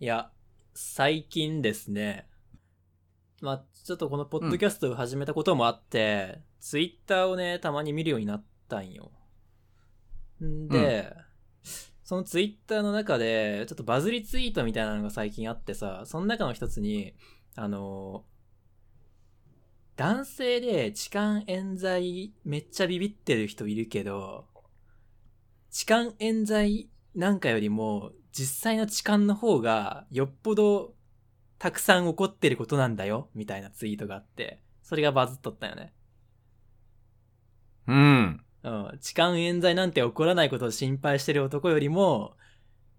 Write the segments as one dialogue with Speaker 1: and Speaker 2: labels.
Speaker 1: いや、最近ですね、まあ、ちょっとこのポッドキャストを始めたこともあって、ツイッターをね、たまに見るようになったんよ。んで、そのツイッターの中で、ちょっとバズりツイートみたいなのが最近あってさ、その中の一つに、あの、男性で痴漢冤罪めっちゃビビってる人いるけど、痴漢冤罪なんかよりも実際の痴漢の方がよっぽどたくさん起こってることなんだよみたいなツイートがあってそれがバズっとったよね、
Speaker 2: うん。
Speaker 1: うん、痴漢冤罪なんて起こらないことを心配してる男よりも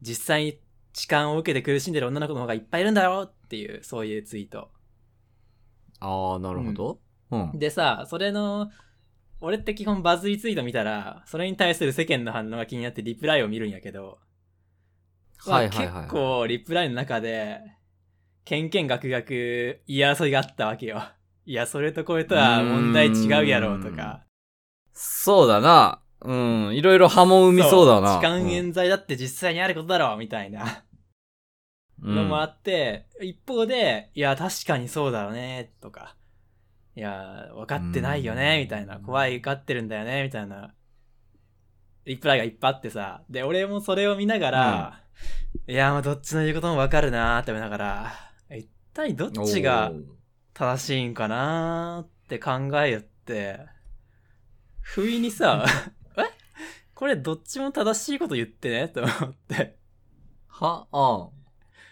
Speaker 1: 実際に痴漢を受けて苦しんでる女の子の方がいっぱいいるんだよっていうそういうツイート
Speaker 2: ああ、なるほど。うん。
Speaker 1: でさそれの俺って基本バズりツイート見たらそれに対する世間の反応が気になってリプライを見るんやけど
Speaker 2: はいはいはい。
Speaker 1: 結構リプライの中で、ケンケンガクガク言い争いがあったわけよ。いや、それとこれとは問題違うやろうとか。
Speaker 2: そうだな。うん。いろいろ波紋生みそうだな。
Speaker 1: 痴漢冤罪だって実際にあることだろうみたいな
Speaker 2: うん
Speaker 1: のもあって、一方で、いや、確かにそうだろうね、とか。いや、分かってないよ
Speaker 2: う
Speaker 1: ね、
Speaker 2: ん
Speaker 1: みたいな。怖い、分かってるんだよね、みたいな。リプライがいっぱいあってさ。で、俺もそれを見ながら、いや、まあどっちの言うことも分かるなーって思いながら、一体どっ
Speaker 2: うん
Speaker 1: ちが
Speaker 2: おー
Speaker 1: 正しいんかなーって考えよって、不意に さ、えこれどっちも正しいこと言ってねと思って。
Speaker 2: はあ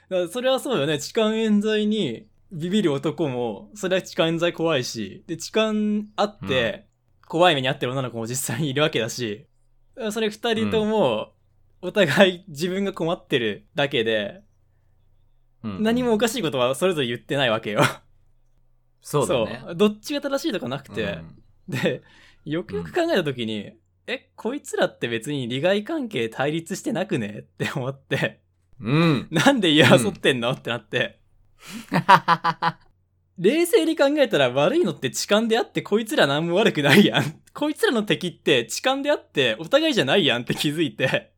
Speaker 1: だからそれはそうよね。痴漢冤罪にビビる男も、それは痴漢冤罪怖いし、で、痴漢あって、怖い目に遭ってる女の子も実際にいるわけだし、だからそれ二人とも、お互い自分が困ってるだけで、
Speaker 2: うん。うん
Speaker 1: 何もお。かしいことはそれぞれ言ってないわけよ。
Speaker 2: そうだね。
Speaker 1: そうどっちが正しいとかなくて、
Speaker 2: うん
Speaker 1: で、よくよく考えたときに、え、こいつらって別に利害関係対立してなくねって思って、
Speaker 2: うん。
Speaker 1: なんで言い争ってんの、ってなって、冷静に考えたら悪いのって痴漢であってこいつら何も悪くないやん。こいつらの敵って痴漢であってお互いじゃないやんって気づいて、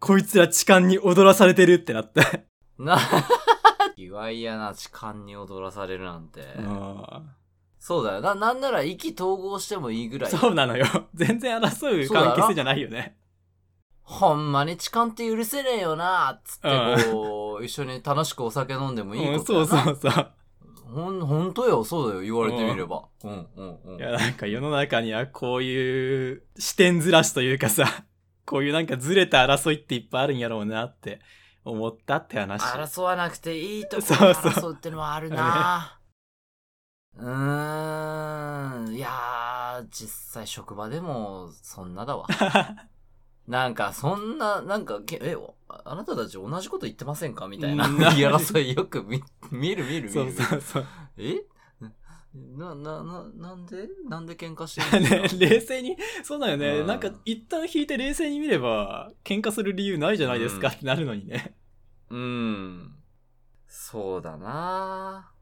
Speaker 1: こいつら痴漢に踊らされてるってなって。
Speaker 2: な、 意外やな、痴漢に踊らされるなんて。
Speaker 1: うん
Speaker 2: そうだよな。なんなら意気投合してもいいぐらい。
Speaker 1: そうなのよ。全然争う関係性じゃないよね。
Speaker 2: ほんまに痴漢って許せねえよな、つってこう、一緒に楽しくお酒飲んでもいい
Speaker 1: うん、
Speaker 2: こと
Speaker 1: そ
Speaker 2: や
Speaker 1: う
Speaker 2: な
Speaker 1: そうそう。
Speaker 2: ほん、ほんとよ、そうだよ、言われてみれば。うん、うん、う
Speaker 1: い
Speaker 2: ん。
Speaker 1: や、なんか世の中にはこういう視点ずらしというかさ、こういうなんかずれた争いっていっぱいあるんやろうなって思ったって話。
Speaker 2: 争わなくていいとこで
Speaker 1: そうそう
Speaker 2: 争うってのはあるなうーん。いやー、実際職場でもそん なだわ。なんかそんな、なんか、けえ、おあなたたち同じこと言ってませんかみたいな。
Speaker 1: うん
Speaker 2: 言い争いよく見見る見る見る。
Speaker 1: そうそうそう。
Speaker 2: えな、な、な、なんでなんで喧嘩してるん
Speaker 1: ね
Speaker 2: ですか、
Speaker 1: 冷静に、そうだよね。
Speaker 2: うん
Speaker 1: なんか一旦引いて冷静に見れば、喧嘩する理由ないじゃないですか
Speaker 2: うん
Speaker 1: ってなるのにね。
Speaker 2: うん。そうだな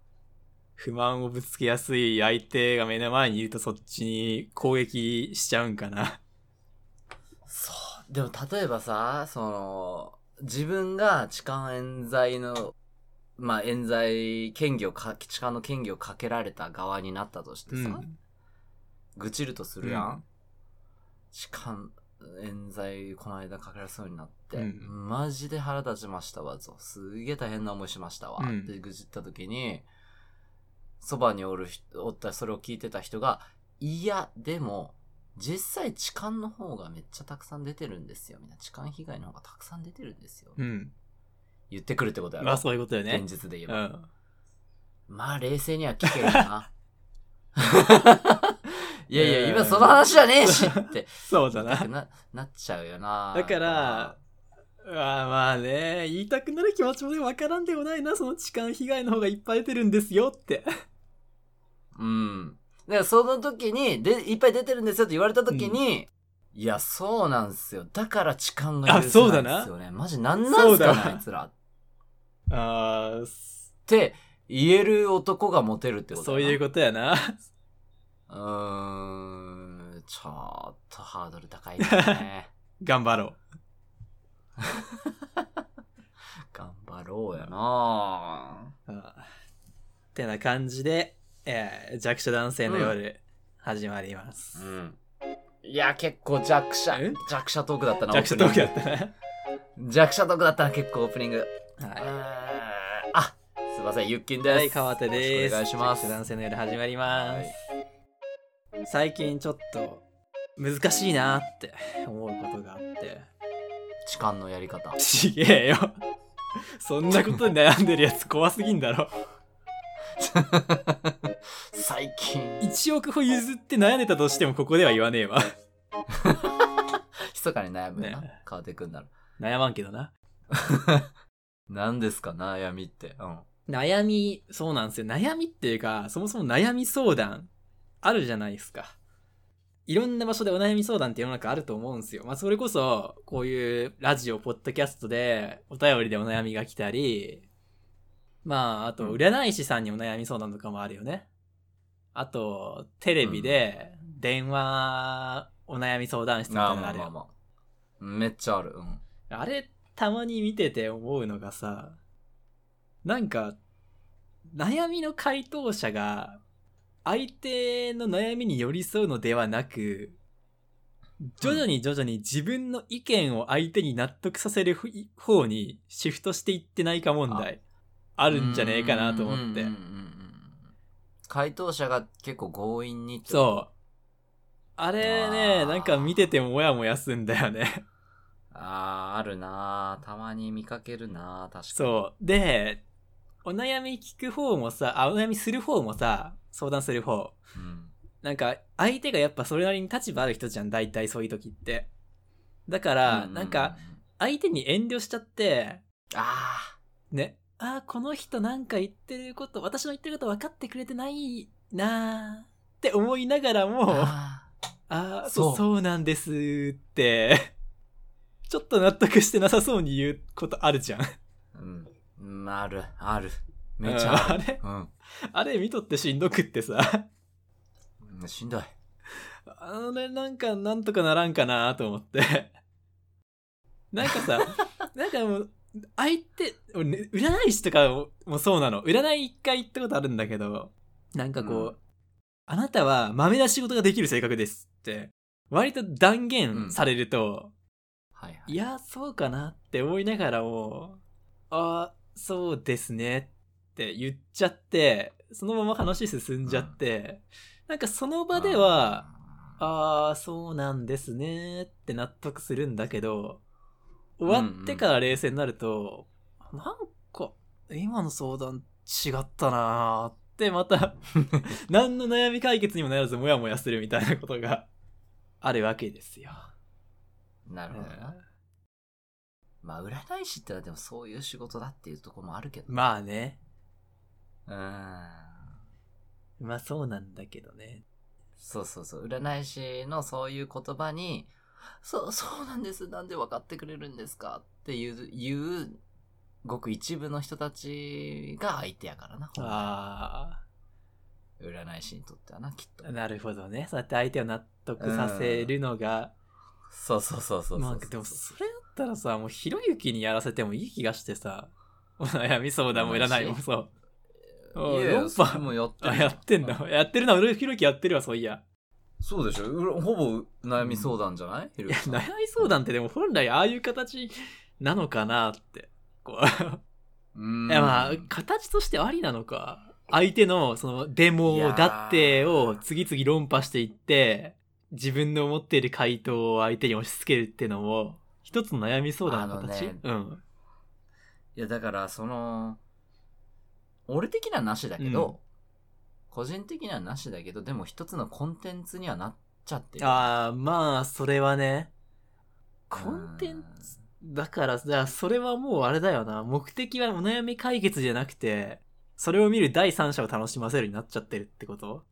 Speaker 1: 不満をぶつけやすい相手が目の前にいるとそっちに攻撃しちゃうんかな。
Speaker 2: そう。でも例えばさ、その、自分が痴漢冤罪の、まあ、冤罪、嫌疑をか、痴漢の嫌疑をかけられた側になったとしてさ、
Speaker 1: うん
Speaker 2: 愚痴るとするやん。
Speaker 1: うん
Speaker 2: 痴漢、冤罪、この間かけられそうになって、
Speaker 1: うん
Speaker 2: マジで腹立ちましたわ、ぞ。すげえ大変な思いしましたわ。
Speaker 1: うん
Speaker 2: って愚痴った時に、そばにおる人、おった、それを聞いてた人が、いや、でも、実際痴漢の方がめっちゃたくさん出てるんですよ。みんな痴漢被害の方がたくさん出てるんですよ。
Speaker 1: うん。
Speaker 2: 言ってくるってことやろ。
Speaker 1: まあそういうことよね
Speaker 2: 現。実で言え
Speaker 1: う
Speaker 2: ば。
Speaker 1: ん。
Speaker 2: まあ冷静には聞ける な。いやいや、今その話じゃねえしって。
Speaker 1: そうだ
Speaker 2: 言いた
Speaker 1: な
Speaker 2: く。ななっちゃうよな。
Speaker 1: だから、あーまあね、言いたくなる気持ちもね、わからんでもないな、その痴漢被害の方がいっぱい出てるんですよ って。
Speaker 2: うん。だからその時に、で、いっぱい出てるんですよって言われた時に、いや、そうなんすよ。だから痴漢が許せないんですよね。マジなんなん
Speaker 1: そう
Speaker 2: すか
Speaker 1: だ
Speaker 2: ね、
Speaker 1: な
Speaker 2: あいつら。っ
Speaker 1: ああ、そ
Speaker 2: て言える男がモテるってこと
Speaker 1: そういう
Speaker 2: こ
Speaker 1: ことやな。
Speaker 2: と。うーん、ちょっとハードル高いね。
Speaker 1: 頑張ろ
Speaker 2: 頑張ろろうやな
Speaker 1: ああてな感じで、えー弱者男性の夜、始まります。
Speaker 2: うん。いや、結構弱者
Speaker 1: え、
Speaker 2: 弱者トークだったな、
Speaker 1: 弱者時だ
Speaker 2: オー
Speaker 1: ったね。
Speaker 2: プニング弱者トークだったな、結構オープニング。うー
Speaker 1: は
Speaker 2: んあ、すいません、ゆっきん
Speaker 1: い。
Speaker 2: です。
Speaker 1: はい、川手
Speaker 2: よろ
Speaker 1: です。
Speaker 2: しくお願いします。
Speaker 1: 弱者男性の夜始まりま
Speaker 2: はい
Speaker 1: す。最近ちょっと、難しいなって思うことがあって。
Speaker 2: 痴漢のやり方。
Speaker 1: ちげえよ。 そんなことに悩んでるやつ怖すぎんだ ろ。
Speaker 2: 最近、
Speaker 1: 1億歩譲って悩んでたとしてもここでは言わねえわ。
Speaker 2: 密かに悩むよな
Speaker 1: ね、
Speaker 2: 川手くんなら。
Speaker 1: 悩まんけどな。
Speaker 2: 何ですか、悩みって。うん。
Speaker 1: 悩み、そうなんですよ。悩みっていうか、そもそも悩み相談、あるじゃないですか。いろんな場所でお悩み相談って世の中あると思うんですよ。まあ、それこそ、こういうラジオ、ポッドキャストで、お便りでお悩みが来たり、まあ、あと、
Speaker 2: うん
Speaker 1: 占い師さんにお悩み相談とかもあるよね。あと、テレビで、電話、お悩み相談室みた
Speaker 2: あ
Speaker 1: いなの
Speaker 2: ま
Speaker 1: あ
Speaker 2: あ
Speaker 1: る
Speaker 2: まあ
Speaker 1: よ。
Speaker 2: まあ。めっちゃある。うん。
Speaker 1: あれ、たまに見てて思うのがさ、なんか、悩みの回答者が、相手の悩みに寄り添うのではなく、徐々に徐々に自分の意見を相手に納得させるふ方にシフトしていってないか問題、あ
Speaker 2: あ
Speaker 1: るんじゃねえかなと思って。
Speaker 2: 回答者が結構強引にってこと。
Speaker 1: そう。あれね、
Speaker 2: あー
Speaker 1: なんか見ててもやもやすんだよね。
Speaker 2: ああ、あるなーたまに見かけるなー確かに。
Speaker 1: そう。で、お悩み聞く方もさ、あ、お悩みする方もさ、相談する方。
Speaker 2: うん。
Speaker 1: なんか、相手がやっぱそれなりに立場ある人じゃん、大体そういう時って。だか
Speaker 2: う
Speaker 1: ら、
Speaker 2: うう
Speaker 1: なんか、、相手に遠慮しちゃって、
Speaker 2: あ
Speaker 1: ね、あー、この人なんか言ってること、私の言ってること分かってくれてないなーって思いながら
Speaker 2: ー
Speaker 1: も、あ
Speaker 2: あ
Speaker 1: ー
Speaker 2: そ
Speaker 1: そううそうなんですって、 ちょっと納得してなさそうに言うことあるじゃん。
Speaker 2: ー、うんうん。ある、ある。めちゃあ
Speaker 1: うん
Speaker 2: る
Speaker 1: あれ。
Speaker 2: うん
Speaker 1: あれ見とってしんどくってさ。
Speaker 2: うん。しんどい。
Speaker 1: あれなんかなんとかならんかなと思って。 なんか さ、なんかもう、相手、俺ね占い師とかももそうなの。占い一回行ったことあるんだけど、なんかこう、
Speaker 2: うん
Speaker 1: あなたは豆な仕事ができる性格ですって、割と断言されると、
Speaker 2: はいはい。
Speaker 1: いや、そうかなって思いながらも、あーそうですねって言っちゃって、そのまま話進んじゃって、なんかその場では、ああ、そうなんですねって納得するんだけど、終わってから冷静になると、なんか、今の相談違ったなーって、また、何の悩み解決にもならず、もやもやするみたいなことが あるわけですよ。
Speaker 2: うん。なるほどな。まあ、占い師ってのはでもそういう仕事だっていうところもあるけど。
Speaker 1: まあね。
Speaker 2: うん。
Speaker 1: まあそうなんだけどね。
Speaker 2: そうそうそう。占い師のそういう言葉に、そう、そうなんです。なんで分かってくれるんですかっていう、言う、ごく一部の人たちが相手やからな。
Speaker 1: あ
Speaker 2: 占い師にとってはな、きっと
Speaker 1: あ、。なるほどね。そうやって相手を納得させるのが、
Speaker 2: そうそうそうそうそうそう。
Speaker 1: まあでもそれだったらさもうひろゆきにやらせてもいい気がしてさ お悩み相談もいらないもんそうお
Speaker 2: い
Speaker 1: い
Speaker 2: やいや
Speaker 1: 論破
Speaker 2: それもやって
Speaker 1: あ
Speaker 2: る
Speaker 1: やってんだやってるな俺ひろゆきやってるわそういや
Speaker 2: そうでしょうほぼ悩み相談じゃない、ひろ
Speaker 1: い
Speaker 2: ゆ
Speaker 1: や
Speaker 2: きさん
Speaker 1: 悩み相談ってでも本来ああいう形なのかなってこう
Speaker 2: うん
Speaker 1: いやまあ形としてはありなのか相手のそのデモ
Speaker 2: いやー
Speaker 1: だってを次々論破していって自分の持っている回答を相手に押し付けるっていうのも一つの悩み相談の形
Speaker 2: あのね
Speaker 1: うん
Speaker 2: いやだからその俺的にはなしだけど、
Speaker 1: うん
Speaker 2: 個人的にはなしだけどでも一つのコンテンツにはなっちゃってる
Speaker 1: ああ、まあ、それはね。
Speaker 2: うん
Speaker 1: コンテンツ、だから、じゃあ、それはもうあれだよな。目的はお悩み解決じゃなくて、それを見る第三者を楽しませるようになっちゃってるってこと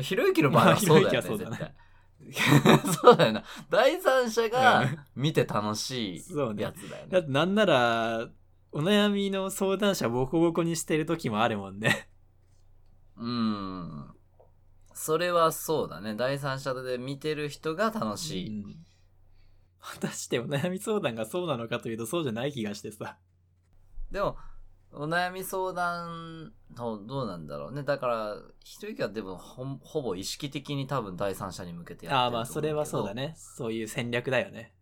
Speaker 2: ひろゆきの場合はそう
Speaker 1: ひろゆ
Speaker 2: だよね
Speaker 1: きはそうだね
Speaker 2: 絶対 そうだよな第三者
Speaker 1: う
Speaker 2: が
Speaker 1: ん
Speaker 2: 見て楽しい
Speaker 1: そうね
Speaker 2: やつだよね
Speaker 1: だってなんなら、お悩みの相談者ボコボコにしてる時もあるもんね。
Speaker 2: うんそれはそうだね第三者で見てる人が楽しい、
Speaker 1: うん果たしてお悩み相談がそうなのかというとそうじゃない気がしてさ。
Speaker 2: でも、お悩み相談とどうなんだろうね。だから、ひとゆきはでもほんほぼ意識的に多分第三者に向けてやってる
Speaker 1: ああ、
Speaker 2: と思
Speaker 1: まあ、それはそうだ
Speaker 2: ね。
Speaker 1: ね。そういう戦略だよね。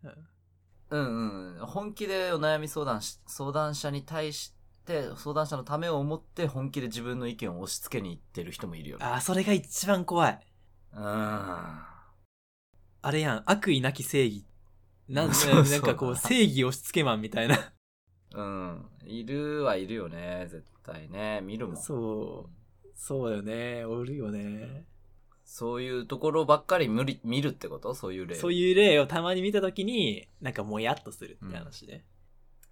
Speaker 1: うん
Speaker 2: うんうん。本気でお悩み相談し、相談者に対して、相談者のためを思って本気で自分の意見を押し付けに行ってる人もいるよね。
Speaker 1: ああ、それが一番怖い。
Speaker 2: う
Speaker 1: あれやん、悪意なき正義。なん
Speaker 2: そうそう
Speaker 1: なんかこう、正義押し付けマンみたいな。
Speaker 2: ん。うん。いるはいるよね。絶対ね。見るもん。
Speaker 1: そう。そうだよね。おるよね。
Speaker 2: そういうところばっかり無理見るってことそういう例。
Speaker 1: そう
Speaker 2: う。
Speaker 1: いう例をたまに見たときに、なんかもやっとするって話ね。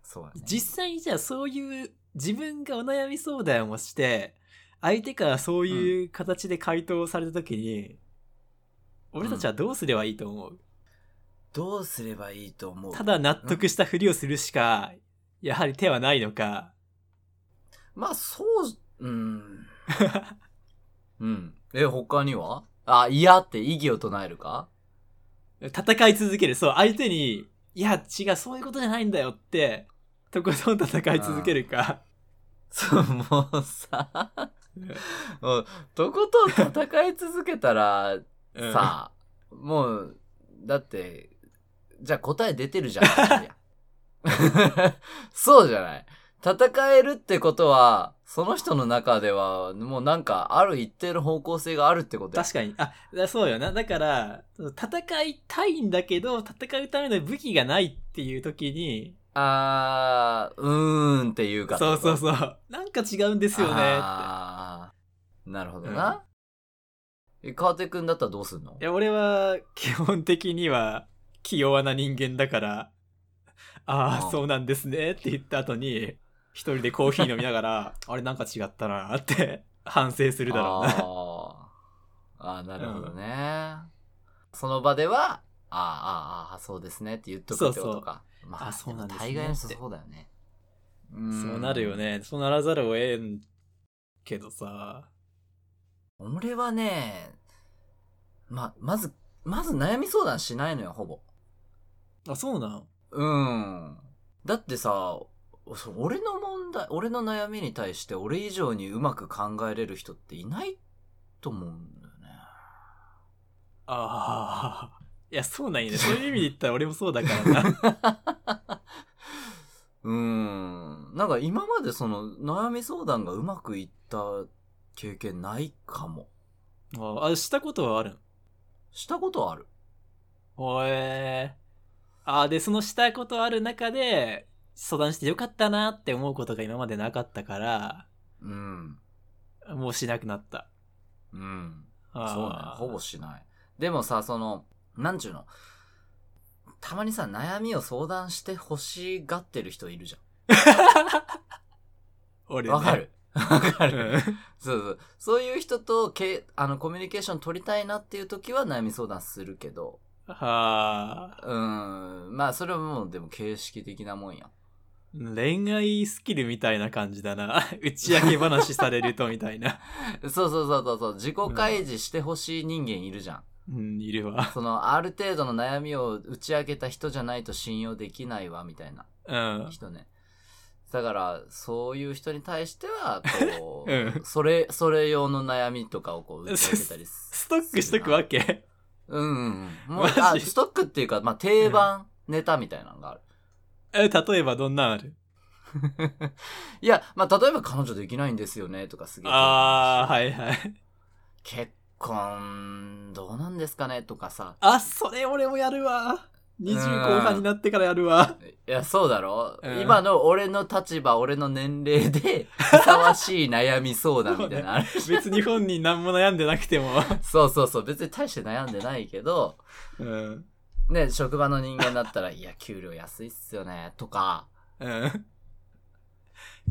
Speaker 2: そうだね。
Speaker 1: 実際にじゃあそういう、自分がお悩み相談をして、相手からそういう形で回答されたときに、俺たちはどうすればいいと思う、
Speaker 2: どうすればいいと思う
Speaker 1: ただ納得したふりをするしか、やはり手はないのか。
Speaker 2: まあ、そう、うん。うん。え、他にはあ、嫌って異議を唱えるか
Speaker 1: 戦い続ける。そう、相手に、いや、違う、そういうことじゃないんだよって、とことん戦い続けるか。
Speaker 2: そう、もうさ、もう、とことん戦い続けたら、
Speaker 1: うん
Speaker 2: さ、もう、だって、じゃあ答え出てるじゃん。いや そうじゃない。戦えるってことは、その人の中では、もうなんか、ある一定の方向性があるってことや
Speaker 1: 確かに。あ、だそうよな。だから、戦いたいんだけど、戦うための武器がないっていう時に、
Speaker 2: あー、うーんっていうか。
Speaker 1: そうそう
Speaker 2: う。
Speaker 1: そう。なんか違うんですよねっ
Speaker 2: あーなるほどな。え、川手くんだったらどうすんの
Speaker 1: て。いや、俺は、基本的には、器用な人間だから、あ
Speaker 2: う
Speaker 1: あ、
Speaker 2: ん
Speaker 1: そうなんですねって言った後に、一人でコーヒー飲みながら、あれなんか違ったなって、反省するだろうな。
Speaker 2: あーあー、なるほどね。その場では、あーあー、あーそうですねって言っとくってことか。ま
Speaker 1: あそうなんですね
Speaker 2: 大概の人そうだよね。ん
Speaker 1: そうなるよ。ね。そうならざるを得んけどさ。
Speaker 2: 俺はね、ま、まず、まず悩み相談しないのよ、ほぼ。
Speaker 1: あ、そうなん
Speaker 2: うん。だってさ、そ俺の問題、俺の悩みに対して俺以上にうまく考えれる人っていないと思うんだよね。
Speaker 1: ああ。 いや、そうなんよね。そういう意味で言ったら俺もそうだからな。
Speaker 2: うーん。なんか今までその悩み相談がうまくいった経験ないかも。
Speaker 1: ああ、したことはあるん。
Speaker 2: したことはある。
Speaker 1: おえああ、で、そのしたことある中で、相談してよかったなって思うことが今までなかったから、
Speaker 2: うん。
Speaker 1: もうしなくなった。
Speaker 2: うん。
Speaker 1: あー
Speaker 2: そうね。ほぼしない。でもさ、その、なんちゅうの。たまにさ、悩みを相談して欲しがってる人いるじ
Speaker 1: 俺
Speaker 2: ゃ
Speaker 1: ね
Speaker 2: ん。わか。る。わか
Speaker 1: う
Speaker 2: る。
Speaker 1: ん
Speaker 2: そうそう。そういう人とけ、あの、コミュニケーション取りたいなっていう時は悩み相談するけど、
Speaker 1: はあ。
Speaker 2: うーん、まあ、それはもう、でも形式的なもんや。
Speaker 1: 恋愛スキルみたいな感じだな。 打ち明け話されるとみたいな。
Speaker 2: そうそうそうそうそう、自己開示してほしい人間いるじゃん。
Speaker 1: うん、いるわ。
Speaker 2: その、ある程度の悩みを打ち明けた人じゃないと信用できないわ、みたいな
Speaker 1: うん。
Speaker 2: 人ね。だから、そういう人に対しては、こ う、
Speaker 1: うん
Speaker 2: それ、それ用の悩みとかをこう、打ち明けたりす
Speaker 1: ストックしとくわけ
Speaker 2: うんうんうん。もう
Speaker 1: マジ
Speaker 2: あ、ストックっていうか、まあ、定番ネタみたいなのがある。
Speaker 1: え、例えばどんなんある
Speaker 2: いや、まあ、例えば彼女できないんですよね、とかすげえ。
Speaker 1: ああ、はいはい。
Speaker 2: 結婚、どうなんですかね、とかさ。
Speaker 1: あ、それ俺もやるわ。20後半になってからやるわ。
Speaker 2: いや、そうだろ、
Speaker 1: うん
Speaker 2: 今の俺の立場、俺の年齢 で、ふさわしい悩み相談みたいなのある。
Speaker 1: 別に本人何も悩んでなくても。
Speaker 2: そうそうそう、別に大して悩んでないけど、
Speaker 1: うん。
Speaker 2: ね、職場の人間だったら、いや、給料安いっすよね、とか。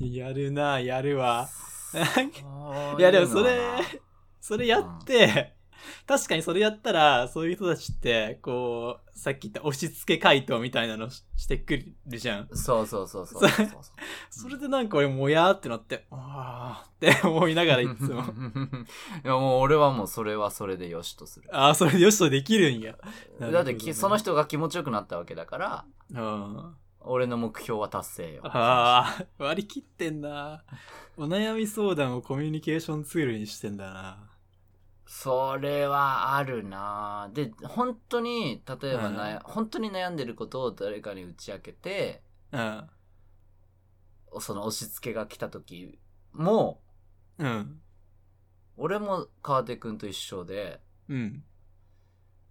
Speaker 1: うん。やるな、やるわ。なんか
Speaker 2: そううの
Speaker 1: いや、でもそれ
Speaker 2: な、
Speaker 1: それやって、確かにそれやったら、そういう人たちって、こう、さっき言った押し付け回答みたいなのししてくるじゃん。
Speaker 2: そうそうそうそうそうそう。
Speaker 1: それでなんか俺もやーってなって、あーって思いながらいつ も。
Speaker 2: いやもう俺はもうそれはそれでよしとする。
Speaker 1: ああ、それでよしとできるんや。なるほどね
Speaker 2: だってきその人が気持ちよくなったわけだから、
Speaker 1: うん。
Speaker 2: 俺の目標は達成よ。
Speaker 1: ああ、割り切ってんな。お悩み相談をコミュニケーションツールにしてんだな。
Speaker 2: それはあるなぁで、本当に、例えばなや、本当に悩んでることを誰かに打ち明けて、
Speaker 1: うん。
Speaker 2: その押し付けが来た時も、
Speaker 1: うん。
Speaker 2: 俺も川手くんと一緒で、
Speaker 1: うん。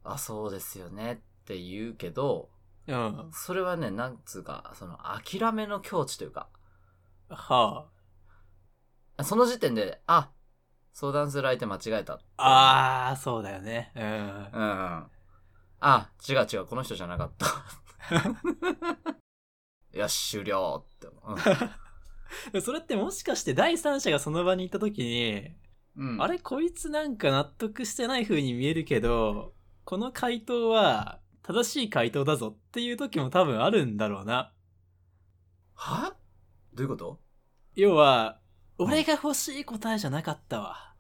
Speaker 2: あ、そうですよねって言うけど、
Speaker 1: うん。
Speaker 2: それはね、なんつうか、その諦めの境地というか、
Speaker 1: は
Speaker 2: その時点で、あ、相談する相手間違えた。
Speaker 1: あ。ああ、そうだよね。うん。
Speaker 2: うんうん。あ、違う違う、この人じゃなか った。よし、終了って思う。
Speaker 1: それってもしかして第三者がその場に行った時に、
Speaker 2: うんうん
Speaker 1: あれこいつなんか納得してない風に見えるけど、この回答は正しい回答だぞっていう時も多分あるんだろうな。
Speaker 2: はどういうこと
Speaker 1: 要は、
Speaker 2: うん
Speaker 1: 俺が欲しい答えじゃなかったわ。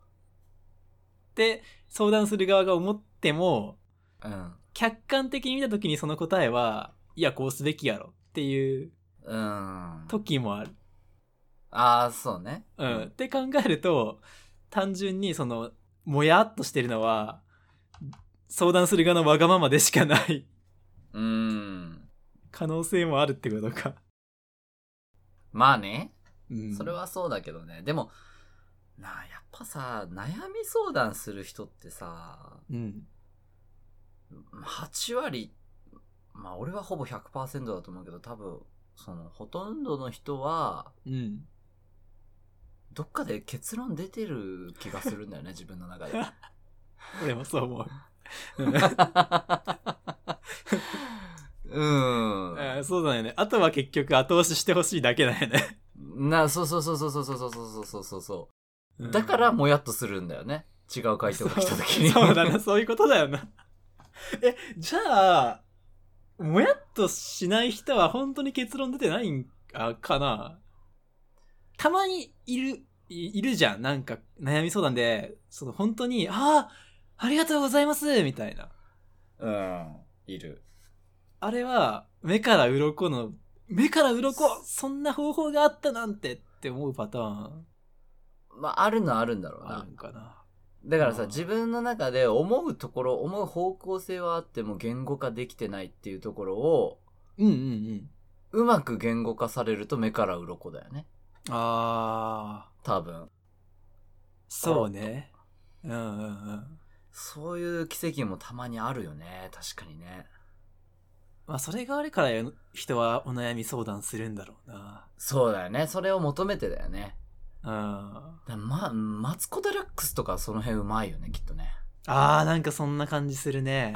Speaker 1: って相談する側が思っても、
Speaker 2: うん。
Speaker 1: 客観的に見た時にその答えは、いや、こうすべきやろっていう
Speaker 2: うん。あ
Speaker 1: 時もある。
Speaker 2: あ、そうね。
Speaker 1: うん。っ。て考えると、単純にその、もやっとしてるのは、相談する側のわがままでしかない
Speaker 2: うん。
Speaker 1: 可能性もあるってことか。
Speaker 2: まあね、
Speaker 1: うん
Speaker 2: それ。はそうだけどね。でも、なあ、やっぱさ、悩み相談する人ってさ、
Speaker 1: うん。
Speaker 2: 8割、まあ俺はほぼ100%だと思うけど、多分、その、ほとんどの人は、
Speaker 1: うん。
Speaker 2: どっかで結論出てる気がするん だよね、自分の中で。
Speaker 1: 俺もそう思う。
Speaker 2: うん。
Speaker 1: うん、そうだよね。あとは結局後押ししてほしいだけだよね。
Speaker 2: な、そうそうそうそうそうそうそうそうそうそう
Speaker 1: うん
Speaker 2: だから、もやっとするんだよね。違う回答が来た時 に。
Speaker 1: そうそうだな、そういうことだよな。え、じゃあ、もやっとしない人は本当に結論出てないんあかなたまにいる、いいるじゃん。なんか悩み相談で、その本当に、ああ、ありがとうございますみたいな。
Speaker 2: うん。いる。
Speaker 1: あれは、目から鱗の、目から鱗そんな方法があったなんてって思うパターン
Speaker 2: まあ、あるのはあるんだろう
Speaker 1: あ
Speaker 2: な
Speaker 1: るん。かな。
Speaker 2: だからさ、
Speaker 1: うん
Speaker 2: 自分の中で思うところ、思う方向性はあっても言語化できてないっていうところを、
Speaker 1: うんうんうん。
Speaker 2: うまく言語化されると目から鱗だよね。
Speaker 1: ああ、
Speaker 2: 多分。
Speaker 1: そうね。うんうんうん。
Speaker 2: そういう奇跡もたまにあるよね。確かにね。
Speaker 1: まあ、それがあるから人はお悩み相談するんだろうな。
Speaker 2: そうだよね。それを求めてだよね。
Speaker 1: うん。あ
Speaker 2: だま、マツコ・デラックスとかその辺うまいよね、きっ とね。
Speaker 1: あ、なんかそんな感じするね。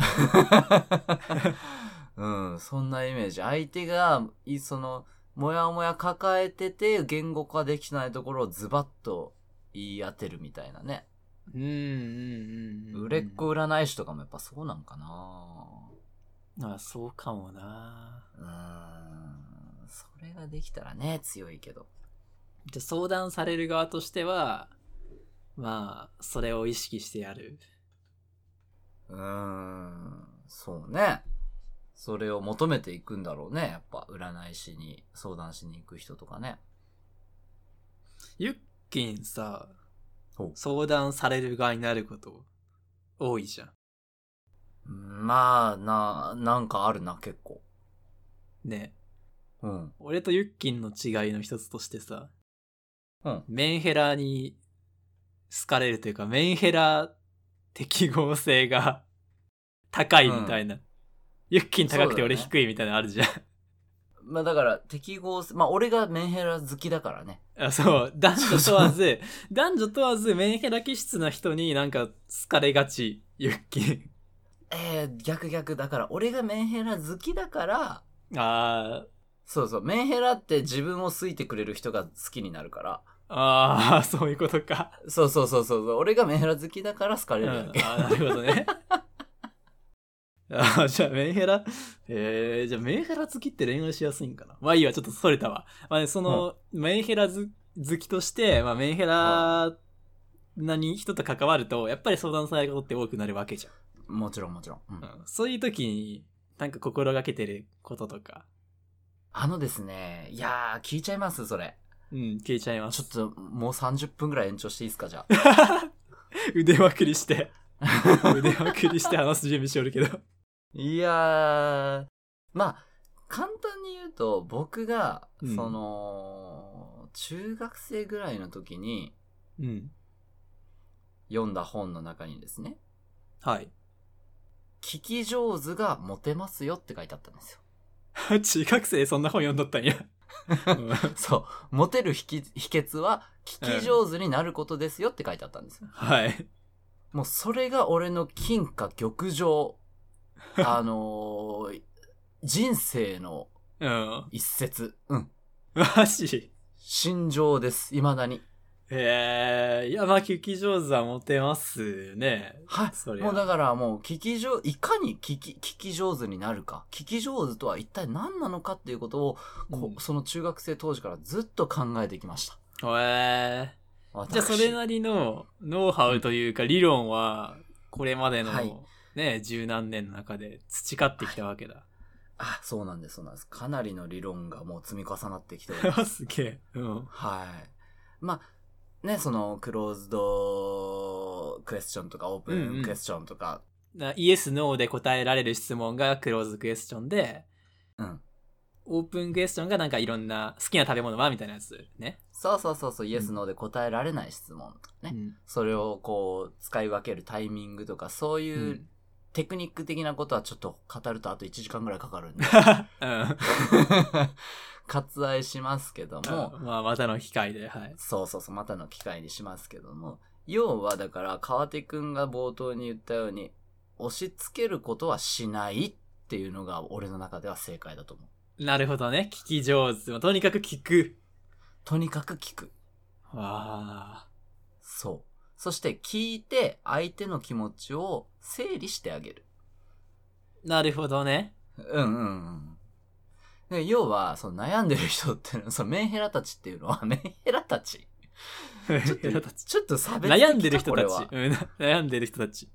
Speaker 2: うん、そんなイメージ。相手が、いその、もやもや抱えてて、言語化できてないところをズバッと言い当てるみたいなね。
Speaker 1: うんうんうん。
Speaker 2: 売れっ子。占い師とかもやっぱそうなんかな
Speaker 1: ああそうかもな。
Speaker 2: うん、それができたらね、強いけど。
Speaker 1: じゃあ相談される側としては、まあ、それを意識してやる。
Speaker 2: うん、そうね。それを求めていくんだろうね。やっぱ、占い師に相談しに行く人とかね。
Speaker 1: ゆっきんさ
Speaker 2: ほう、
Speaker 1: 相談される側になること多いじゃん。
Speaker 2: まあ、な、なんかあるな、結構。
Speaker 1: ね。
Speaker 2: うん。
Speaker 1: 俺とユッキンの違いの一つとしてさ、
Speaker 2: うん。
Speaker 1: メンヘラに好かれるというか、メンヘラ適合性が 高いみたいな。ユッキン高くて俺
Speaker 2: そう
Speaker 1: 低いみたいなのあるじゃん。
Speaker 2: まあだから、適合す、まあ俺がメンヘラ好きだからね。
Speaker 1: あそう、男女問わず、男女問わずメンヘラ気質な人になんか好かれがち、ユッキン。
Speaker 2: えー、逆逆。だから、俺がメンヘラ好きだから、
Speaker 1: あー、
Speaker 2: そうそう、メンヘラって自分を好いてくれる人が好きになるから。
Speaker 1: あー、そういうことか。
Speaker 2: そうそうそうそうそう、俺がメンヘラ好きだから好かれ
Speaker 1: うん、
Speaker 2: る
Speaker 1: あ
Speaker 2: だけ。
Speaker 1: ーなるほどね。 あーじゃあメンヘラ、えー、じゃあメンヘラ好きって恋愛しやすいんかなまあいいわ、ちょっとそれたわ。まあね、その、メンヘラず好きとして、まあメンヘラなに人と関わると、やっぱり相談されることって多くなるわけじゃ
Speaker 2: もちろんもちろん。うん
Speaker 1: ん。うん、そういう時に、なんか心がけてることとか、
Speaker 2: あのですね、いやー、聞いちゃいますそれ。
Speaker 1: うん、消えちゃいま
Speaker 2: ちょ
Speaker 1: す
Speaker 2: っ。と、もう30分ぐらい延長していいですか、じゃあ。
Speaker 1: 腕まくりして、腕まくりして話す準備しておるけど。
Speaker 2: いやー、まあ、簡単に言うと、僕が、
Speaker 1: うん
Speaker 2: その、中学生ぐらいの時に
Speaker 1: うん。
Speaker 2: 読んだ本の中にですね、
Speaker 1: はい。
Speaker 2: 聞き上手がモテますよって書いてあったんです よ。
Speaker 1: 中学生そんな本読んどったんや。うん
Speaker 2: そう、モテる秘訣秘訣は、聞き上手になることですよって書いてあったんですよ。
Speaker 1: はい。
Speaker 2: もうそれが俺の金貨玉上、あのー人生の
Speaker 1: うん。
Speaker 2: 一節、うん、
Speaker 1: マジ
Speaker 2: 心情です、未だに。
Speaker 1: ええー、いや、まあ、聞き上手はモテますね。
Speaker 2: はい。
Speaker 1: それ
Speaker 2: もうだからもう聞き上、いかに聞き、聞き上手になるか。聞き上手とは一体何なのかっていうことを、こう
Speaker 1: うん
Speaker 2: その中学生当時からずっと考えてきました。
Speaker 1: えー、じゃあ、それなりのノウハウというか、理論は、これまでの、
Speaker 2: はい
Speaker 1: ね、十何年の中で培ってきたわけだ。
Speaker 2: あ、そうなんです、そうなんです。かなりの理論がもう積み重なってきており ま
Speaker 1: す
Speaker 2: す
Speaker 1: げえ。うん。
Speaker 2: はい。まあ、ね、その、クローズドクエスチョンとか、オープ
Speaker 1: うんう
Speaker 2: ン
Speaker 1: ん
Speaker 2: クエスチョンとか、
Speaker 1: なイエス、ノーで答えられる質問がクローズクエスチョンで、
Speaker 2: うん。
Speaker 1: オープンクエスチョンがなんかいろんな好きな食べ物はみたいなやつね。
Speaker 2: そうそうそうそう、イエ
Speaker 1: う
Speaker 2: ス、
Speaker 1: ん
Speaker 2: ノーで答えられない質問とかね。
Speaker 1: うん。。
Speaker 2: それをこう、使い分けるタイミングとか、そういうううんテクニック的なことはちょっと語るとあと1時間ぐらいかかるん で
Speaker 1: うん
Speaker 2: 割愛しますけども、
Speaker 1: まあ、またの機会で、はい。
Speaker 2: そうそうそう、またの機会にしますけども、要はだから、川手くんが冒頭に言ったように、押し付けることはしないっていうのが俺の中では正解だと思う。
Speaker 1: なるほどね。聞き上手。とにかく聞く。
Speaker 2: とにかく聞く。
Speaker 1: わあ。
Speaker 2: そう。そして聞いて相手の気持ちを整理してあげる。
Speaker 1: なるほどね。
Speaker 2: うんうんうん。で要は、その悩んでる人っていうのは、そのメンヘラたちっていうのは、メンヘラたちちょっと、ちょっと差別的か
Speaker 1: 悩んでる人
Speaker 2: こ
Speaker 1: た
Speaker 2: れ
Speaker 1: ち
Speaker 2: は。
Speaker 1: うん悩んでる人たち。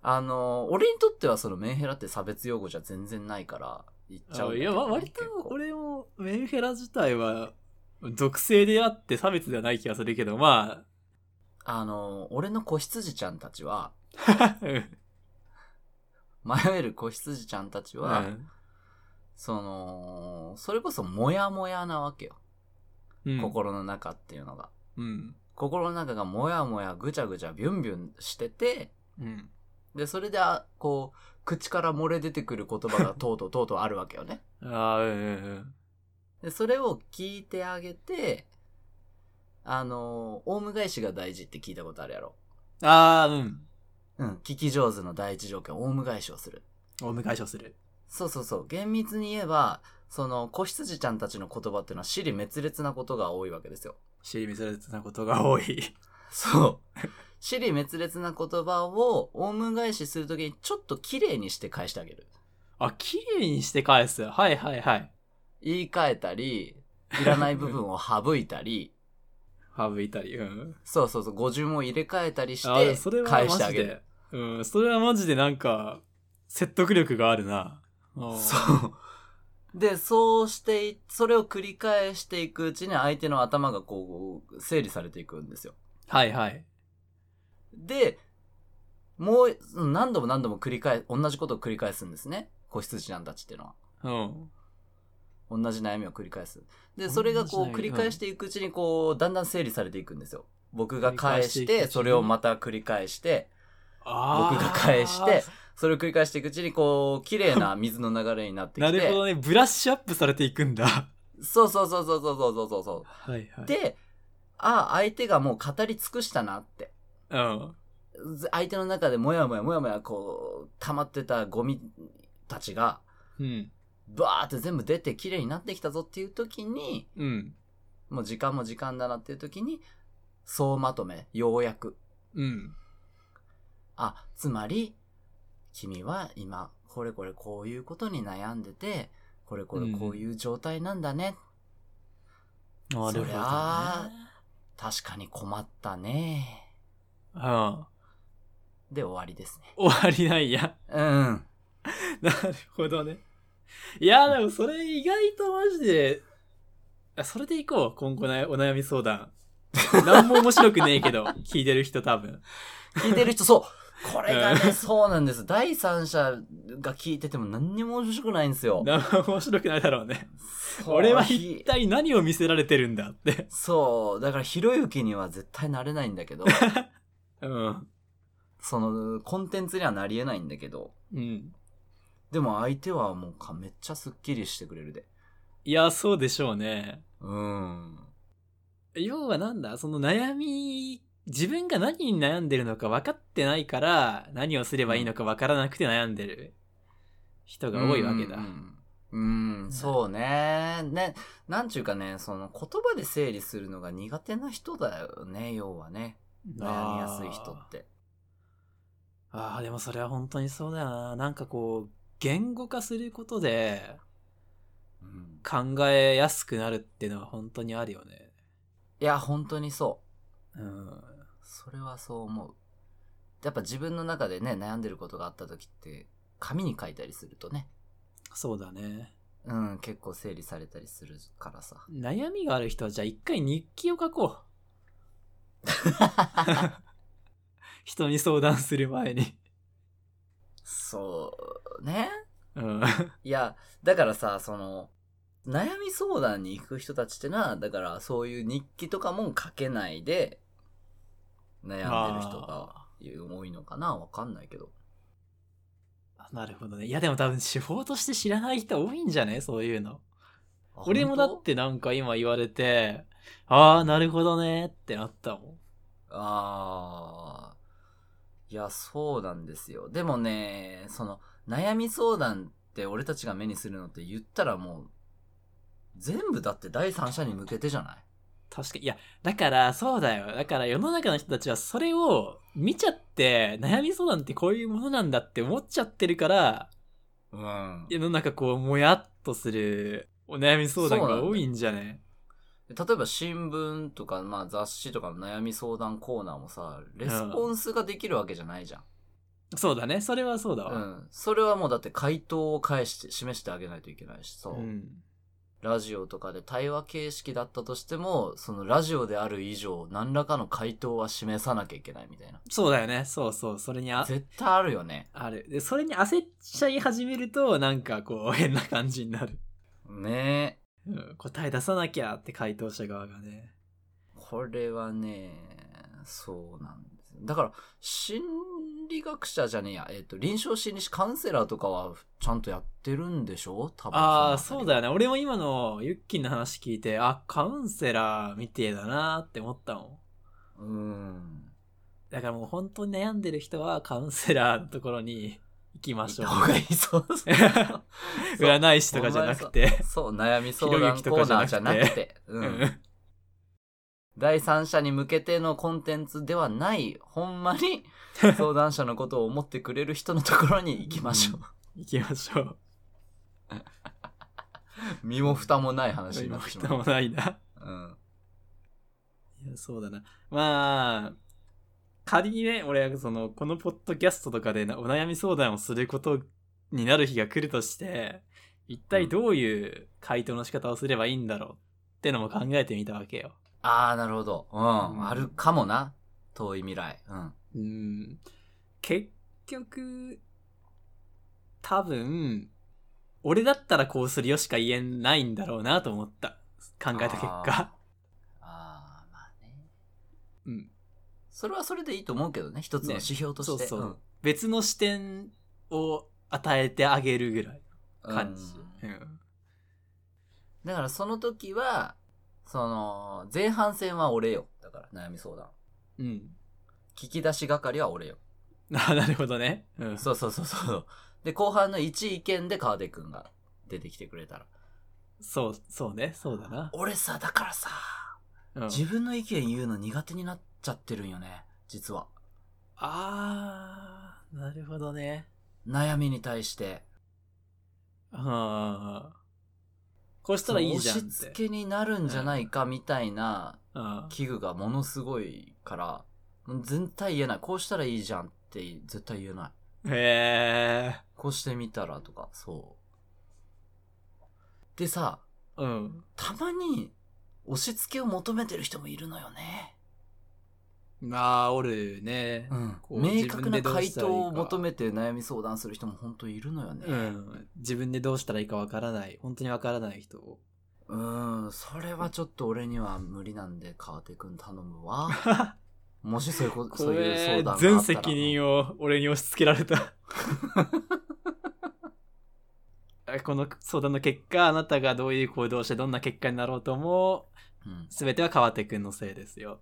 Speaker 2: あの、俺にとってはそのメンヘラって差別用語じゃ全然ないから、言っちゃうんだ
Speaker 1: い
Speaker 2: け
Speaker 1: や、
Speaker 2: どね、
Speaker 1: わ割と
Speaker 2: 結構
Speaker 1: 俺もメンヘラ自体は、属性であって差別ではない気がするけど、ま
Speaker 2: あの、俺の子羊ちゃんたちは、
Speaker 1: あ。うん
Speaker 2: 迷える子羊ちゃんたちは、その、それこそモヤモヤなわけよ。
Speaker 1: うん。
Speaker 2: 心の中っていうのが。
Speaker 1: うん。
Speaker 2: 心の中がモヤモヤぐちゃぐちゃビュンビュンしてて、
Speaker 1: うん。
Speaker 2: で、それで、あこう、口から漏れ出てくる言葉がとうとうとうとうあるわけよね。
Speaker 1: ああ、うんうん
Speaker 2: で、それを聞いてあげて、あの、オウム返しが大事って聞いたことあるやろ。
Speaker 1: うん。ああ、うん。
Speaker 2: うん、聞き上手の第一条件、オウム返しをする。
Speaker 1: お迎えしをする。
Speaker 2: そうそうそう。厳密に言えば、その、子羊ちゃんたちの言葉っていうのは、死に滅裂なことが多いわけですよ。
Speaker 1: 知り滅裂なことが多い。
Speaker 2: そう。死に滅裂な言葉を、オウム返しするときに、ちょっと綺麗にして返してあげる。
Speaker 1: あ、綺麗にして返す。はいはいはい。
Speaker 2: 言い換えたり、いらない部分を省いた り、
Speaker 1: 省いたり。うん。
Speaker 2: そうそうそう、語順を入れ替えたりし
Speaker 1: ああ、それ
Speaker 2: て、
Speaker 1: は
Speaker 2: 返
Speaker 1: マ
Speaker 2: してあ
Speaker 1: ジ
Speaker 2: げる。
Speaker 1: で。うん、それはマジでなんか、説得力があるな。うん
Speaker 2: そう。で、そうしてい、それを繰り返していくうちに相手の頭がこう、整理されていくんですよ。
Speaker 1: はいはい。
Speaker 2: で、もう、何度も何度も繰り返、同じことを繰り返すんですね。子羊ちゃんたちっていうのは。
Speaker 1: うん。
Speaker 2: 同じ悩みを繰り返す。で、それがこ
Speaker 1: 同じ
Speaker 2: う、
Speaker 1: 悩み
Speaker 2: 繰り返していくうちにこう、だんだん整理されていくんですよ。僕が
Speaker 1: 繰り返
Speaker 2: 返
Speaker 1: していくう
Speaker 2: し
Speaker 1: ちに
Speaker 2: て、それをまた繰り返して、
Speaker 1: あー
Speaker 2: 僕が返して、それを繰り返していくうちに、こう、綺麗な水の流れになって き
Speaker 1: な
Speaker 2: て。
Speaker 1: るほどね。ブラッシュアップされていくんだ。
Speaker 2: そうそうそうそうそうそうそうそ
Speaker 1: はいは
Speaker 2: う。
Speaker 1: い。、
Speaker 2: で、ああ、相手がもう語り尽くしたなって。
Speaker 1: うん。
Speaker 2: ず相手の中でもやもやもやもや、こう、溜まってたゴミたちが、
Speaker 1: うん。
Speaker 2: バーって全部出て綺麗になってきたぞっていう時に、
Speaker 1: うん。
Speaker 2: もう時間も時間だなっていう時に、総まとめ、ようやく。
Speaker 1: うん。
Speaker 2: あ、つまり、君は今、これこれこういうことに悩んでて、これこれこういう状態なんだね。
Speaker 1: なるほど、
Speaker 2: そり
Speaker 1: ね。
Speaker 2: ゃ確かに困ったね。
Speaker 1: うん。終
Speaker 2: で終わりですね。
Speaker 1: わりないや。
Speaker 2: うん。
Speaker 1: なるほどね。いや、でもそれ意外とマジで、あそれでいこう、今後のお悩み相談。何も面白くねえけ ど、聞いてる人多分。
Speaker 2: 聞いてる人、そう。これが
Speaker 1: う
Speaker 2: ね、 そうなんです。第三者が聞いてても何にも面白くないんですよ。
Speaker 1: 何も面白くないだろうね。
Speaker 2: そう
Speaker 1: 俺は
Speaker 2: ひ
Speaker 1: 一体何を見せられてるんだって。
Speaker 2: そう。だから、ひろゆきには絶対なれないんだけど、
Speaker 1: うん。
Speaker 2: その、コンテンツにはなり得ないんだけど、
Speaker 1: うん。
Speaker 2: でも相手はもうか、めっちゃスッキリしてくれるで。
Speaker 1: いや、そうでしょうね。
Speaker 2: うん。
Speaker 1: 要はなんだ、その悩み、自分が何に悩んでるのか分かってないから、何をすればいいのか分からなくて悩んでる人が多いわけだ。
Speaker 2: うんうん、うんそうね。ね、なんちゅうかね、その言葉で整理するのが苦手な人だよね、要はね。悩みやすい人って。
Speaker 1: ああ、でもそれは本当にそうだよな。なんかこう、言語化することで
Speaker 2: うん
Speaker 1: 考えやすくなるっていうのは本当にあるよね。
Speaker 2: いや、本当にそう。
Speaker 1: うん。
Speaker 2: それはそう思う。やっぱ自分の中でね、悩んでることがあった時って、紙に書いたりするとね、
Speaker 1: そうだね。
Speaker 2: うん、結構整理されたりするからさ。
Speaker 1: 悩みがある人はじゃあ一回日記を書こう。 人に相談する前に。
Speaker 2: そう、ね。
Speaker 1: うん。
Speaker 2: いや、だからさ、その、悩み相談に行く人たちってな、だからそういう日記とかも書けないで、悩んでる人が多いのかなわかんないけど。
Speaker 1: なるほどね。いやでも多分手法として知らない人多いんじゃねそういうの。
Speaker 2: あ
Speaker 1: 俺もだっ。てなんか今言われて、ああ、なるほどねってなったもん。
Speaker 2: 本当あーいや、そうなんですよ。でもね、その、悩み相談って俺たちが目にするのって言ったらもう、全部だって第三者に向けてじゃない
Speaker 1: 確かに。いや、だから、そうだよ。だから世の中の人たちはそれを見ちゃって、悩み相談ってこういうものなんだって思っちゃってるから、
Speaker 2: うん。
Speaker 1: 世の中こう、もやっとするお悩み相談が多いんじゃね
Speaker 2: 例えば新聞とか、まあ、雑誌とかの悩み相談コーナーもさ、レスポンスができるわけじゃないじゃん。
Speaker 1: そうだね。それはそうだ
Speaker 2: う
Speaker 1: わ。
Speaker 2: ん。それはもうだって回答を返して、示してあげないといけないしさ、
Speaker 1: うん。
Speaker 2: ラジオとかで対話形式だったとしても、そのラジオである以上、何らかの回答は示さなきゃいけないみたいな。
Speaker 1: そうだよね。そうそう。それにあ、
Speaker 2: 絶対あるよね。
Speaker 1: ある。で、それに焦っちゃい始めると、なんかこう、変な感じになる。
Speaker 2: ねえ。
Speaker 1: うん答え出さなきゃって回答者側がね。
Speaker 2: これはね、そうなんですよ。だから、心理学者じゃねえや、えっ、と、臨床心理士カウンセラーとかは、ちゃんとやってるんでしょ多分。
Speaker 1: ああ、そうだよ
Speaker 2: ね。
Speaker 1: ね。俺も今のユッキーの話聞いて、あ、カウンセラーみてえだなって思ったもん。
Speaker 2: うん。
Speaker 1: だからもう本当に悩んでる人はカウンセラーのところに行きま
Speaker 2: 行っ
Speaker 1: しょう
Speaker 2: た。方がいいそう。
Speaker 1: 占い師とかじゃなくて。
Speaker 2: そう、悩み相談コーナーじゃなくて。う。
Speaker 1: うんん
Speaker 2: 第三者に向けてのコンテンツではない、ほんま に相談者のことを思ってくれる人のところに行きましょう。
Speaker 1: 行きましょう。
Speaker 2: 身も蓋もない話にな
Speaker 1: 今
Speaker 2: ってし
Speaker 1: 人
Speaker 2: ま
Speaker 1: も
Speaker 2: う。
Speaker 1: ないな。
Speaker 2: うん。
Speaker 1: いや、そうだな。まあ、仮にね、俺はその、このポッドキャストとかでなお悩み相談をすることになる日が来るとして、一体どういう回答の仕方をすればいいんだろうってのも考えてみたわけよ。
Speaker 2: ああ、なるほど。うん。
Speaker 1: ん
Speaker 2: あるかもな。遠い未来。うん。
Speaker 1: うん。結局、多分、俺だったらこうするよしか言えないんだろうなと思った。考えた結果。
Speaker 2: ああ、まあね。
Speaker 1: うん。
Speaker 2: それはそれでいいと思うけどね。一つの
Speaker 1: ね
Speaker 2: 指標として。
Speaker 1: そうそう。別の視点を与えてあげるぐらい
Speaker 2: うん
Speaker 1: の感じ。
Speaker 2: うん
Speaker 1: うん
Speaker 2: だからその時は、その、前半戦は俺よ。だから悩み相談。
Speaker 1: うん。
Speaker 2: 聞き出し係は俺よ。
Speaker 1: あなるほどね。うん。
Speaker 2: そうそうそうそう。で、後半の1意見で川出くんが出てきてくれたら。
Speaker 1: そう、そうね。そうだな。
Speaker 2: 俺さ、だからさ、
Speaker 1: うん、
Speaker 2: 自分の意見言うの苦手になっちゃってるんよね。実は。
Speaker 1: あー、なるほどね。
Speaker 2: 悩みに対して。
Speaker 1: あー。こうしたらいいじゃんっ
Speaker 2: 押し付
Speaker 1: て。
Speaker 2: けになるんじゃないかみたいな
Speaker 1: うん
Speaker 2: 器具がものすごいから、もう絶対言えない。こうしたらいいじゃんって絶対言えない。
Speaker 1: へえ。
Speaker 2: こうしてみたらとか、そでさ、
Speaker 1: うん。
Speaker 2: たまに、押し付けを求めてる人もいるのよね。
Speaker 1: まあ、おるね。こう
Speaker 2: 明確な回答を
Speaker 1: 自
Speaker 2: 求
Speaker 1: 分で
Speaker 2: めて悩み相談する人も本当いるのよ
Speaker 1: う
Speaker 2: ね。
Speaker 1: ん。自分でどうしたらいいかわからない。本当にわからない人を。
Speaker 2: うん、それはちょっと俺には無理なんで、川手くん頼 むわ。もしそういうこと、そういう相談があったら。
Speaker 1: 全責任を俺に押し付けられた。 この相談の結果、あなたがどういう行動をしてどんな結果になろうとも、
Speaker 2: うん。
Speaker 1: すべては川手くんのせいですよ。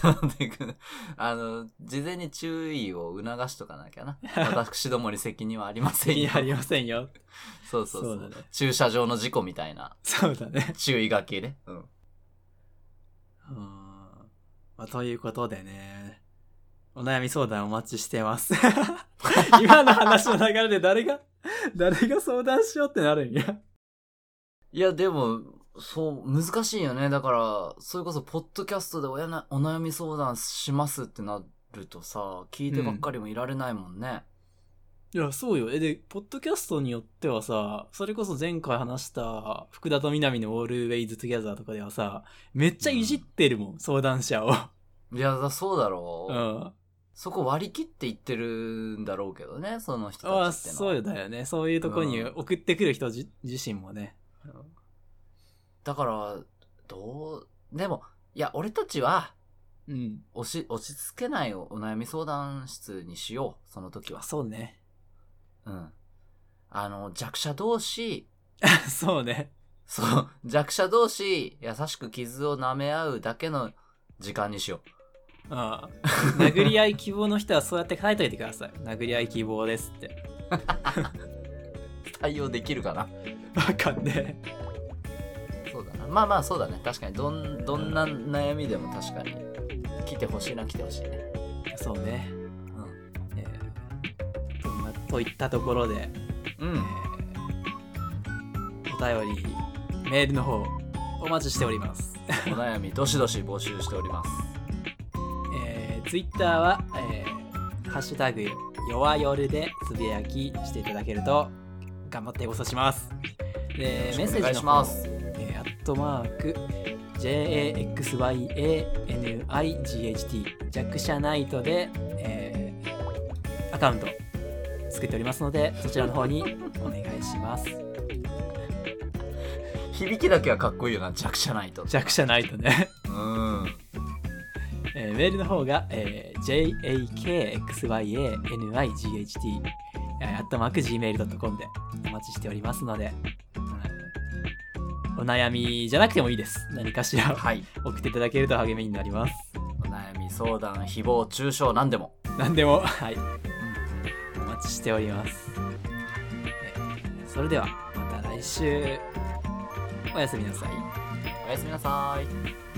Speaker 2: 川手くん、あの、事前に注意を促しとかなきゃな。私どもに責任はありませ
Speaker 1: 責
Speaker 2: んよ
Speaker 1: 任。ありませんよ。
Speaker 2: そうそうそう
Speaker 1: そうだね
Speaker 2: 駐車場の事故みたいな
Speaker 1: そうだね。
Speaker 2: 注意書きね。うん。
Speaker 1: うんまあ、ということでね、お悩み相談お待ちしてます。 今の話の流れで誰が、誰が相談しようってなるんや。
Speaker 2: いや、でも、そう、難しいよね。だから、それこそ、ポッドキャストでおやなお悩み相談しますってなるとさ、聞いてばっかりもいられないもんね。
Speaker 1: いや、そうよ。え、で、ポッドキャストによってはさ、それこそ前回話した福田と南の Always Together とかではさ、めっちゃいじってるもん、相談者を。
Speaker 2: いや、だそうだろ
Speaker 1: う
Speaker 2: う、
Speaker 1: ん。
Speaker 2: そこ割り切って言ってるんだろうけどね、その人たちってのは。
Speaker 1: あそうだよね。そういうとこに送ってくる人じ自身もね。
Speaker 2: だから、どう、でも、いや、俺たちは、
Speaker 1: うん。
Speaker 2: 押し、落ち着けないお悩み相談室にしよう、その時は
Speaker 1: あ。 そうね。
Speaker 2: うん。あの、弱者同士、
Speaker 1: そうね。
Speaker 2: そう、弱者同士、優しく傷を舐め合うだけの時間にしよ
Speaker 1: ああ殴り合い希望の人はそうやって書いといてください殴り合い希望ですって
Speaker 2: う。対応できるかな
Speaker 1: わかんねえ
Speaker 2: そうだな。まあまあ、そうだね。確かに、どん、どんな悩みでも確かに、来てほしいな、来てほしいね。
Speaker 1: そうね、
Speaker 2: うん。
Speaker 1: えーとまあといったところで、
Speaker 2: う
Speaker 1: え
Speaker 2: ん。
Speaker 1: ーお便りメールの方お待ちしております、
Speaker 2: お悩み、どしどし募集しております。
Speaker 1: えー、Twitter は、えーハッシュタグ弱夜」でつぶやきしていただけると頑張ってごそしますでメッセ
Speaker 2: お
Speaker 1: ー
Speaker 2: 願い
Speaker 1: ジの方
Speaker 2: しま
Speaker 1: も
Speaker 2: す。
Speaker 1: えーアットマーク JAXYANIGHT 弱者ナイトで、えーアカウント作っておりますのでそちらの方にお願いします
Speaker 2: 響きだけはかっこいいよな、弱者ないと。
Speaker 1: 弱者ナイトね、
Speaker 2: うん。
Speaker 1: えーメールの方が、えー JAKXYANIGHT えーアットマーク Gmail.com でお待ちしておりますので、はいお悩みじゃなくてもいいです何かしら
Speaker 2: はい。
Speaker 1: 送っていただけると励みになります
Speaker 2: お悩み、相談、誹謗、中傷、何でも。
Speaker 1: 何でもはいお待ちしておりますえーそれではまた来週おやすみなさい
Speaker 2: おやすみなさい。